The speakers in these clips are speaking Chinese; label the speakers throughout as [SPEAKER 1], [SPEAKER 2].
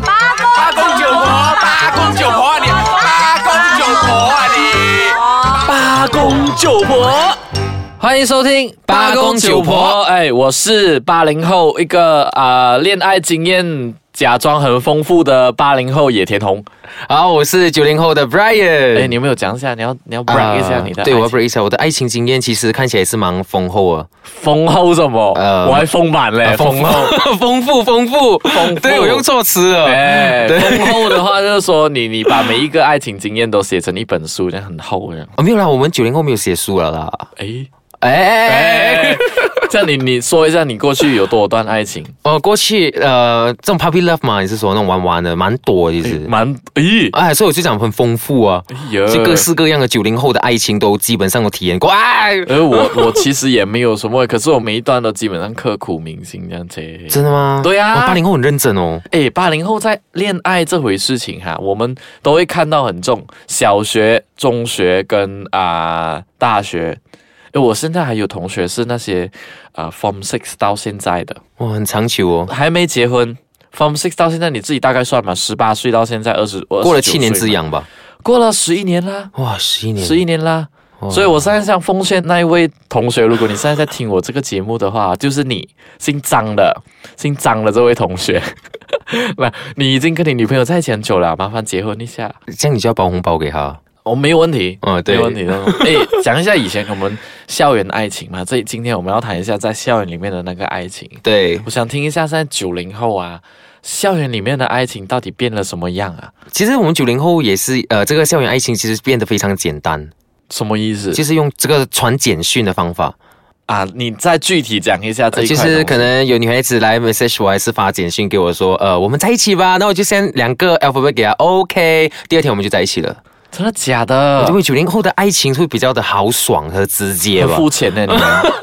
[SPEAKER 1] 八公九婆，八公九婆啊你，八公九婆啊你，
[SPEAKER 2] 八公九婆，
[SPEAKER 3] 欢迎收听
[SPEAKER 2] 八公九婆
[SPEAKER 3] 哎，我是八零后，一个啊、呃恋爱经验假装很丰富的八零后野田红。
[SPEAKER 2] 好，我是九零后的 Brian。
[SPEAKER 3] 哎，你有没有讲一下？你要你要
[SPEAKER 2] 啊
[SPEAKER 3] break 一下你的爱情、
[SPEAKER 2] 对，我要 break 一下我的爱情经验，其实看起来是蛮丰厚啊，
[SPEAKER 3] 丰厚什么？
[SPEAKER 2] 呃
[SPEAKER 3] 我还丰满嘞，哎丰厚。
[SPEAKER 2] 丰富，丰富，丰
[SPEAKER 3] 富
[SPEAKER 2] 对我用错词了。
[SPEAKER 3] 哎，
[SPEAKER 2] 对
[SPEAKER 3] 丰厚的话就是说你，你把每一个爱情经验都写成一本书，这样很厚这样。
[SPEAKER 2] 哦，没有啦，我们九零后没有写书了啦。
[SPEAKER 3] 哎
[SPEAKER 2] 哎哎哎哎
[SPEAKER 3] 哎，这样你你说一下你过去有多段爱 情？
[SPEAKER 2] 哦，过去呃，这种 puppy love 嘛，你是说那种玩玩的，蛮多的其实。
[SPEAKER 3] 蛮咦，
[SPEAKER 2] 哎，所以我就讲很丰富啊，
[SPEAKER 3] 哎呀
[SPEAKER 2] 就各式各样的九零后的爱情都基本上都体验过。哎，
[SPEAKER 3] 而呃我 我其实也没有什么，可是我每一段都基本上刻苦铭心这样子。
[SPEAKER 2] 真的吗？
[SPEAKER 3] 对啊
[SPEAKER 2] 八零后很认真哦。
[SPEAKER 3] 哎，八零后在恋爱这回事情哈，我们都会看到很重，小学、中学跟啊、大学。哎，我现在还有同学是那些啊、from six 到现在的
[SPEAKER 2] 哇，很长久哦，
[SPEAKER 3] 还没结婚。From six 到现在，你自己大概算嘛，十八岁到现在二十，
[SPEAKER 2] 过了七年之
[SPEAKER 3] 痒，
[SPEAKER 2] 痒吧？
[SPEAKER 3] 过了十一年啦，
[SPEAKER 2] 哇，十一年，
[SPEAKER 3] 十一年啦。
[SPEAKER 2] 哇
[SPEAKER 3] 所以，我现在想奉劝那一位同学，如果你现在在听我这个节目的话，就是你姓张的，姓张的这位同学， 那你已经跟你女朋友在一起很久了，麻烦结婚一下，
[SPEAKER 2] 这样你就要包红包给他。
[SPEAKER 3] 我、没有问题，
[SPEAKER 2] 嗯，
[SPEAKER 3] 没
[SPEAKER 2] 对
[SPEAKER 3] 有，问题 的。哎，讲一下以前我们校园爱情嘛，这今天我们要谈一下在校园里面的那个爱情。
[SPEAKER 2] 对，
[SPEAKER 3] 我想听一下，现在九零后啊，校园里面的爱情到底变了什么样啊？
[SPEAKER 2] 其实我们九零后也是，呃，这个校园爱情其实变得非常简单，
[SPEAKER 3] 什么意思？
[SPEAKER 2] 就是用这个传简讯的方法，
[SPEAKER 3] 啊，你再具体讲一下这一
[SPEAKER 2] 就
[SPEAKER 3] 块东西。
[SPEAKER 2] 是可能有女孩子来 message 我，还是发简讯给我说，呃，我们在一起吧，那我就先两个 alphabet 给她 o k 第二天我们就在一起了。
[SPEAKER 3] 真的假的？
[SPEAKER 2] 因为九零后的爱情会比较的豪爽和直接
[SPEAKER 3] 很
[SPEAKER 2] 吧。
[SPEAKER 3] 肤浅的你们。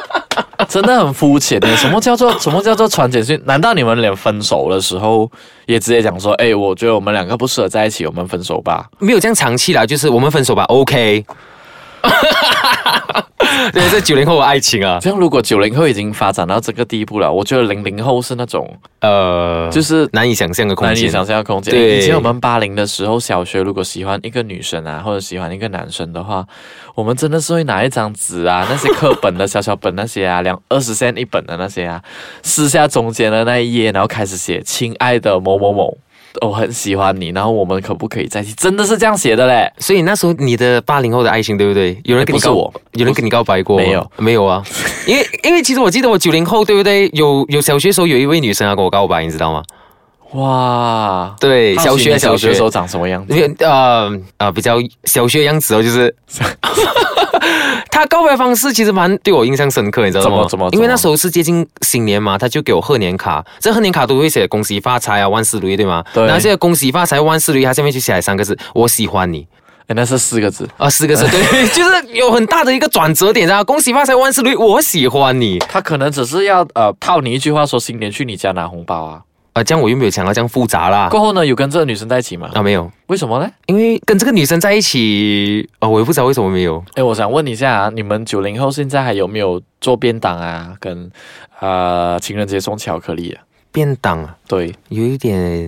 [SPEAKER 3] 真的很肤浅的，什么叫做什么叫做传简讯？难道你们连分手的时候也直接讲说，哎、我觉得我们两个不适合在一起，我们分手吧？
[SPEAKER 2] 没有这样长期啦，就是我们分手吧，OK。对，这九零后的爱情啊，
[SPEAKER 3] 这样如果九零后已经发展到这个地步了，我觉得零零后是那种
[SPEAKER 2] 呃，
[SPEAKER 3] 就是
[SPEAKER 2] 难以想象的空
[SPEAKER 3] 难
[SPEAKER 2] 间。
[SPEAKER 3] 以想象的空间。
[SPEAKER 2] 对
[SPEAKER 3] 以前我们八零的时候，小学如果喜欢一个女生啊，或者喜欢一个男生的话，我们真的是会拿一张纸 啊，那些课本的小小本那些啊，两二十 c 一本的那些啊，撕下中间的那一页，然后开始写“亲爱的某某某”。我很喜欢你，然后我们可不可以在一起？真的是这样写的嘞！哎
[SPEAKER 2] 所以那时候你的八零后的爱情，对哎不对？有人跟你
[SPEAKER 3] 不是
[SPEAKER 2] 告
[SPEAKER 3] 我，
[SPEAKER 2] 有人跟你告白过吗
[SPEAKER 3] 没有？
[SPEAKER 2] 没有 啊，因为因为其实我记得我九零后，对不对？有有小学时候有一位女生啊跟我告白，你知道吗？
[SPEAKER 3] 哇，
[SPEAKER 2] 对，
[SPEAKER 3] 好
[SPEAKER 2] 小
[SPEAKER 3] 奇你
[SPEAKER 2] 学
[SPEAKER 3] 小
[SPEAKER 2] 小
[SPEAKER 3] 学的
[SPEAKER 2] 学
[SPEAKER 3] 时候长什么样子？啊
[SPEAKER 2] 因为呃呃比较小学的样子 哦，就是。他告白方式其实蛮对我印象深刻，你知道吗？
[SPEAKER 3] 怎么怎么
[SPEAKER 2] 因
[SPEAKER 3] 怎
[SPEAKER 2] 为
[SPEAKER 3] 么
[SPEAKER 2] 那时候是接近新年嘛，他就给我贺年卡，这贺年卡都会写恭喜发财啊，万事如意，对吗？
[SPEAKER 3] 对
[SPEAKER 2] 然后这个恭喜发财万事如意，他下面就写了三个字：我喜欢你。
[SPEAKER 3] 哎，那是四个字。
[SPEAKER 2] 啊，四个字， 对，就是有很大的一个转折点啊！恭喜发财，万事如意，我喜欢你
[SPEAKER 3] 他可能只是要呃套你一句话，说新年去你家拿红包啊。
[SPEAKER 2] 啊！这样我又没有想到这样复杂啦
[SPEAKER 3] 过后呢，有跟这个女生在一起吗？
[SPEAKER 2] 啊，没有，
[SPEAKER 3] 为什么呢？
[SPEAKER 2] 因为跟这个女生在一起啊，我也不知道为什么没有。
[SPEAKER 3] 哎，我想问一下啊，你们九零后现在还有没有做便当啊？跟呃情人节送巧克力啊？
[SPEAKER 2] 便当啊，
[SPEAKER 3] 对，
[SPEAKER 2] 有一点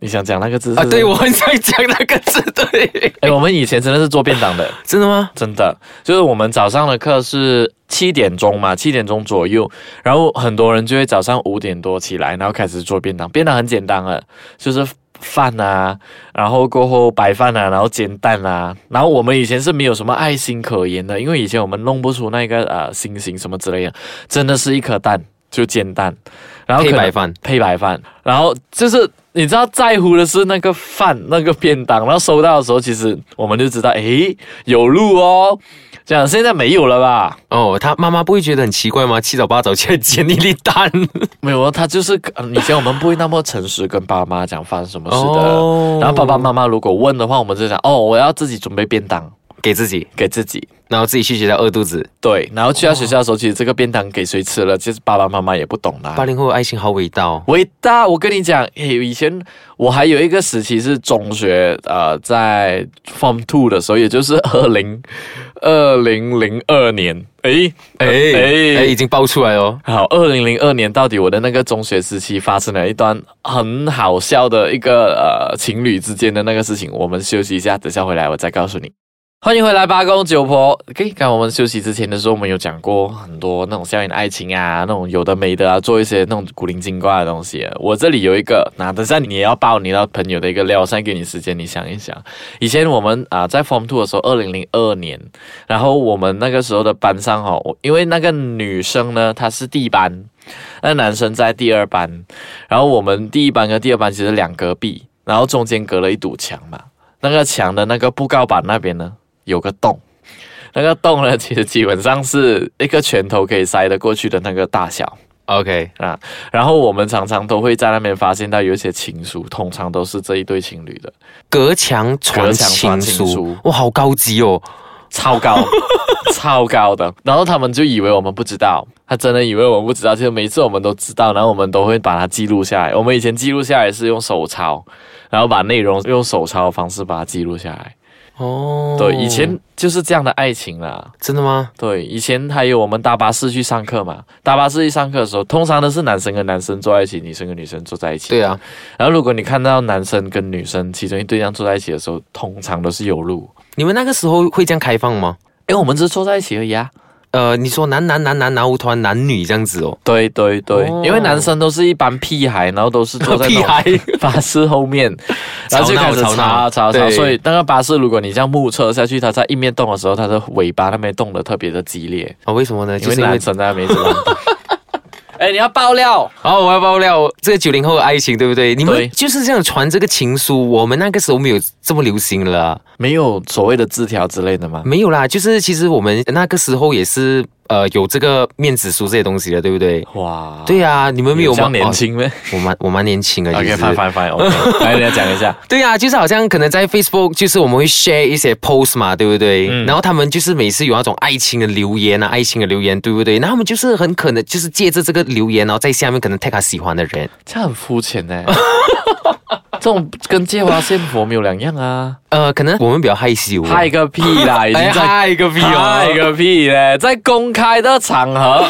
[SPEAKER 3] 你想讲那个字是
[SPEAKER 2] 啊，对我很想讲那个字，对，
[SPEAKER 3] 哎，我们以前真的是做便当的，
[SPEAKER 2] 真的吗？
[SPEAKER 3] 真的，就是我们早上的课是七点钟嘛，七点钟左右，然后很多人就会早上五点多起来，然后开始做便当。便当很简单啊，就是饭啊，然后过后白饭啊，然后煎蛋啊。然后我们以前是没有什么爱心可言的，因为以前我们弄不出那个呃星星什么之类的，真的是一颗蛋就煎蛋，然哦后可
[SPEAKER 2] 配
[SPEAKER 3] 能
[SPEAKER 2] 白饭，
[SPEAKER 3] 配白饭，然后就是你知道在乎的是那个饭那个便当，然后收到的时候，其实我们就知道，诶，有路哦。这样现在没有了吧？
[SPEAKER 2] 哦，他妈妈不会觉得很奇怪吗？七早八早去捡一粒蛋，
[SPEAKER 3] 没有，啊，他 就是呃以前我们不会那么诚实跟爸妈讲发生什么事的。
[SPEAKER 2] 哦
[SPEAKER 3] 然后爸爸妈妈如果问的话，我们就讲哦，我要自己准备便当
[SPEAKER 2] 给自己，
[SPEAKER 3] 给自己。
[SPEAKER 2] 然后自己去学校饿肚子。
[SPEAKER 3] 对，然后去到学校的时候，其实这个便当给谁吃了，其实爸爸妈妈也不懂啦、啊
[SPEAKER 2] 八零后的爱情好伟大哦，
[SPEAKER 3] 伟大！我跟你讲，诶，以前我还有一个时期是中学，呃，在 Form Two 的时候，也就是二零二零零二年，诶
[SPEAKER 2] 哎哎已
[SPEAKER 3] 诶，
[SPEAKER 2] 经爆出来哦。
[SPEAKER 3] 好，二零零二年到底我的那个中学时期发生了一段很好笑的一个呃情侣之间的那个事情，我们休息一下，等下回来我再告诉你。欢迎回来，八公九婆。可以，刚刚我们休息之前的时候，我们有讲过很多那种校园爱情啊，那种有的没的啊，做一些那种古灵精怪的东西。我这里有一个，那等下你也要爆你的朋友的一个料，现在给你时间，你想一想。以前我们啊、在 Form Two 的时候，二零零二年，然后我们那个时候的班上哦，我因为那个女生呢，她是第一班，那男生在第二班，然后我们第一班跟第二班其实两隔壁，然后中间隔了一堵墙嘛，那个墙的那个布告板那边呢有个洞。那个洞呢，其实基本上是一个拳头可以塞得过去的那个大小，
[SPEAKER 2] OK，
[SPEAKER 3] 啊，然后我们常常都会在那边发现到有一些情书，通常都是这一对情侣的，
[SPEAKER 2] 隔墙传
[SPEAKER 3] 隔墙传
[SPEAKER 2] 情
[SPEAKER 3] 情
[SPEAKER 2] 书
[SPEAKER 3] 书，
[SPEAKER 2] 哇，好高级哦。
[SPEAKER 3] 超高， 超高的。然后他们就以为我们不知道，他真的以为我们不知道。其实每一次我们都知道，然后我们都会把它记录下来。我们以前记录下来是用手抄，然后把内容用手抄的方式把它记录下来。
[SPEAKER 2] 哦，
[SPEAKER 3] 对，以前就是这样的爱情啦。
[SPEAKER 2] 真的吗？
[SPEAKER 3] 对，以前还有我们搭巴士去上课嘛，搭巴士去上课的时候，通常都是男生跟男生坐在一起，女生跟女生坐在一起。
[SPEAKER 2] 对啊，
[SPEAKER 3] 然后如果你看到男生跟女生其中一对这样坐在一起的时候，通常都是有路，
[SPEAKER 2] 你们那个时候会这样开放吗？
[SPEAKER 3] 因为我们只是坐在一起而已啊。
[SPEAKER 2] 呃，你说男男男男男舞团男女这样子哦，
[SPEAKER 3] 对对对，
[SPEAKER 2] 哦
[SPEAKER 3] 因为男生都是一般屁孩，然后都是坐在
[SPEAKER 2] 屁孩
[SPEAKER 3] 巴士后 面，然后就开始
[SPEAKER 2] 吵
[SPEAKER 3] 吵吵
[SPEAKER 2] 闹吵闹
[SPEAKER 3] 吵
[SPEAKER 2] 对
[SPEAKER 3] 吵，所以那个巴士如果你这样目测下去，它在一面动的时候，它的尾巴那边动得特别的激烈，
[SPEAKER 2] 啊，为什么呢？
[SPEAKER 3] 因
[SPEAKER 2] 就
[SPEAKER 3] 为
[SPEAKER 2] 是因为
[SPEAKER 3] 男生在那边一直乱 动。哎，你要爆料？
[SPEAKER 2] 哦，我要爆料这个九零后的爱情，对不对？你们
[SPEAKER 3] 对
[SPEAKER 2] 就是这样传这个情书，我们那个时候没有这么流行了啊，
[SPEAKER 3] 没有所谓的字条之类的吗？
[SPEAKER 2] 没有啦，就是其实我们那个时候也是呃有这个面子书这些东西的，对不对？
[SPEAKER 3] 哇，，
[SPEAKER 2] 对啊，你们没有
[SPEAKER 3] 这
[SPEAKER 2] 吗？
[SPEAKER 3] 样年轻 咩
[SPEAKER 2] 哦我蛮我蛮年轻的，其
[SPEAKER 3] ？OK，
[SPEAKER 2] 实。
[SPEAKER 3] fine fine fine，OK，来，你要讲一下。
[SPEAKER 2] 对啊，就是好像可能在 Facebook，就是我们会 share 一些 post 嘛，对不对？
[SPEAKER 3] 嗯
[SPEAKER 2] 然后他们就是每次有那种爱情的留言啊，爱情的留言，对不对？那他们就是很可能就是借着这个留言，然后在下面可能 tag 他喜欢的人。
[SPEAKER 3] 这样很肤浅呢、 这种跟借花献佛没有两样啊！
[SPEAKER 2] 呃，可能我们比较害羞、
[SPEAKER 3] 嗨个屁 啦，已经
[SPEAKER 2] 哎，
[SPEAKER 3] 在
[SPEAKER 2] 嗨个屁
[SPEAKER 3] 嗨
[SPEAKER 2] 哦！
[SPEAKER 3] 个屁嘞！在公开的场合，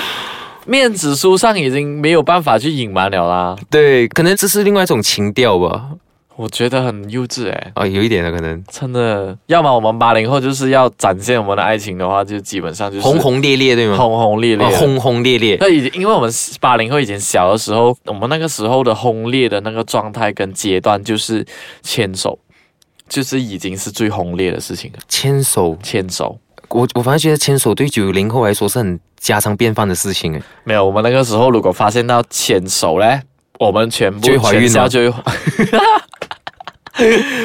[SPEAKER 3] 面子书上已经没有办法去隐瞒了啦。
[SPEAKER 2] 对，可能这是另外一种情调吧。
[SPEAKER 3] 我觉得很幼稚欸诶，
[SPEAKER 2] 哦，有一点的可能，
[SPEAKER 3] 真的。要么我们八零后就是要展现我们的爱情的话，就基本上就是
[SPEAKER 2] 轰轰烈烈，对吗？
[SPEAKER 3] 轰啊轰烈烈
[SPEAKER 2] 哦，。轰轰烈烈。
[SPEAKER 3] 那已经，因为我们八零后以前小的时候，我们那个时候的轰烈的那个状态跟阶段就是牵手，就是已经是最轰烈的事情了。
[SPEAKER 2] 牵手，
[SPEAKER 3] 牵手
[SPEAKER 2] 我我反而觉得牵手对九零后来说是很家常便饭的事情哎。
[SPEAKER 3] 没有，我们那个时候如果发现到牵手嘞，我们全部
[SPEAKER 2] 就会怀孕
[SPEAKER 3] 全校
[SPEAKER 2] 了
[SPEAKER 3] 就会，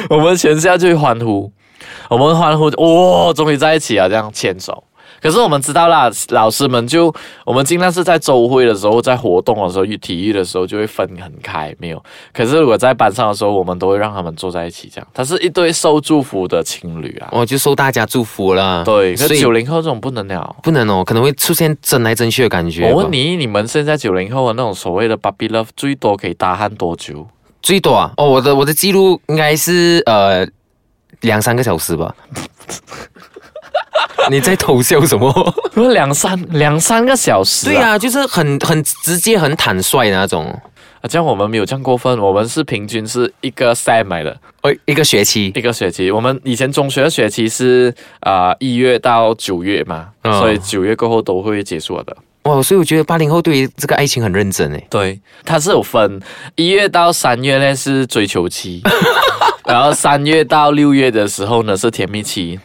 [SPEAKER 3] 我们全校就会欢呼，我们欢呼，哇、终于在一起啊了，这样牵手。可是我们知道啦，老师们就我们尽量是在周会的时候，在活动的时候，体育的时候就会分很开，没有。可是如果在班上的时候，我们都会让他们坐在一起，这样，他是一对受祝福的情侣啊。
[SPEAKER 2] 我哦就受大家祝福了。
[SPEAKER 3] 对，可
[SPEAKER 2] 所
[SPEAKER 3] 是
[SPEAKER 2] 以
[SPEAKER 3] 九零后这种不能了。
[SPEAKER 2] 不能哦，可能会出现争来争去的感觉。
[SPEAKER 3] 我问，你，你们现在九零后的那种所谓的 puppy love，最多可以打鼾多久？
[SPEAKER 2] 最多啊？哦，我的我的记录应该是呃两三个小时 吧。你在偷笑什么？
[SPEAKER 3] 两三两三个小时、
[SPEAKER 2] 对 啊，就是很很直接、很坦率的那种。
[SPEAKER 3] 啊，这样我们没有这样过分，我们是平均是一个赛买的
[SPEAKER 2] 哦，一个学期
[SPEAKER 3] 一个学期。我们以前中学的学期是啊一、月到九月嘛，
[SPEAKER 2] 嗯
[SPEAKER 3] 所以九月过后都会结束的。
[SPEAKER 2] 哇，所以我觉得八零后对于这个爱情很认真诶。欸
[SPEAKER 3] 对，它是有分一月到三月呢是追求期， 然后三月到六月的时候呢是甜蜜期，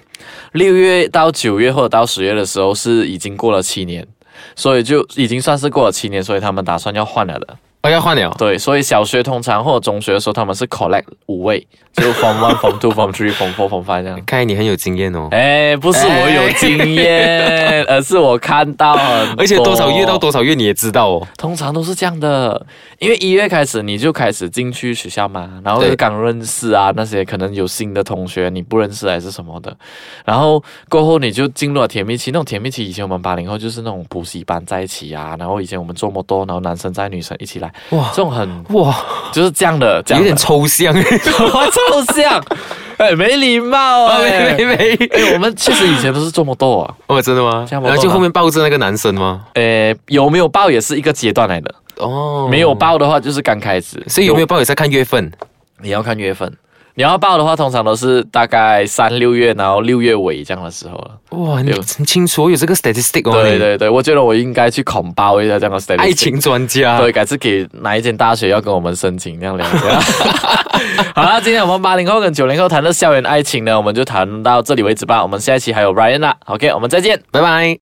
[SPEAKER 3] 六月到九月或者到十月的时候是已经过了七年。所以就已经算是过了七年，所以他们打算要换了的。
[SPEAKER 2] 哦，要换了。
[SPEAKER 3] 对，所以小学通常或者中学的时候，他们是 collect 五位，就 form one、form two、form three、form four、form five 这样。
[SPEAKER 2] 看来你很有经验哦，
[SPEAKER 3] 哎，不是我有经 验，哎而是我看到很
[SPEAKER 2] 而且多少月到多少月你也知道哦。
[SPEAKER 3] 通常都是这样的，因为一月开始你就开始进去学校嘛，然后
[SPEAKER 2] 对
[SPEAKER 3] 又刚认识啊，那些可能有新的同学你不认识还是什么的，然后过后你就进入了甜蜜期。那种甜蜜期，以前我们八零后就是那种补习班在一起啊，然后以前我们做么多，然后男生在女生一起来，
[SPEAKER 2] 哇
[SPEAKER 3] 这种很
[SPEAKER 2] 哇，啊
[SPEAKER 3] 就是这样的，这
[SPEAKER 2] 有
[SPEAKER 3] 样的
[SPEAKER 2] 点抽象。
[SPEAKER 3] 抽抽象。哎，没礼貌啊！
[SPEAKER 2] 没没没，
[SPEAKER 3] 哎，我们确实以前不是这么多啊。
[SPEAKER 2] 哦，真的吗？
[SPEAKER 3] 这样不
[SPEAKER 2] 然后
[SPEAKER 3] 够
[SPEAKER 2] 就
[SPEAKER 3] 吗
[SPEAKER 2] 后面抱着那个男生吗？
[SPEAKER 3] 呃，有没有报也是一个阶段来的，
[SPEAKER 2] 哦，
[SPEAKER 3] 没有，报的话就是刚开始。
[SPEAKER 2] 所以有没有抱也在看月份？
[SPEAKER 3] 你要看月份。你要报的话，通常都是大概三六月，然后六月尾这样的时候了。
[SPEAKER 2] 哇，你
[SPEAKER 3] 有
[SPEAKER 2] 很清楚有这个 statistic 哦，
[SPEAKER 3] 对
[SPEAKER 2] 你，
[SPEAKER 3] 对对，我觉得我应该去恐报一下这样的 s t a t
[SPEAKER 2] 爱情专家。
[SPEAKER 3] 对，改次给哪一间大学要跟我们申请，这样聊一 下。好啦，今天我们八零后跟九零后谈的校园爱情呢，我们就谈到这里为止吧。我们下一期还有 Ryan 啊啦，OK，我们再见。
[SPEAKER 2] 拜拜。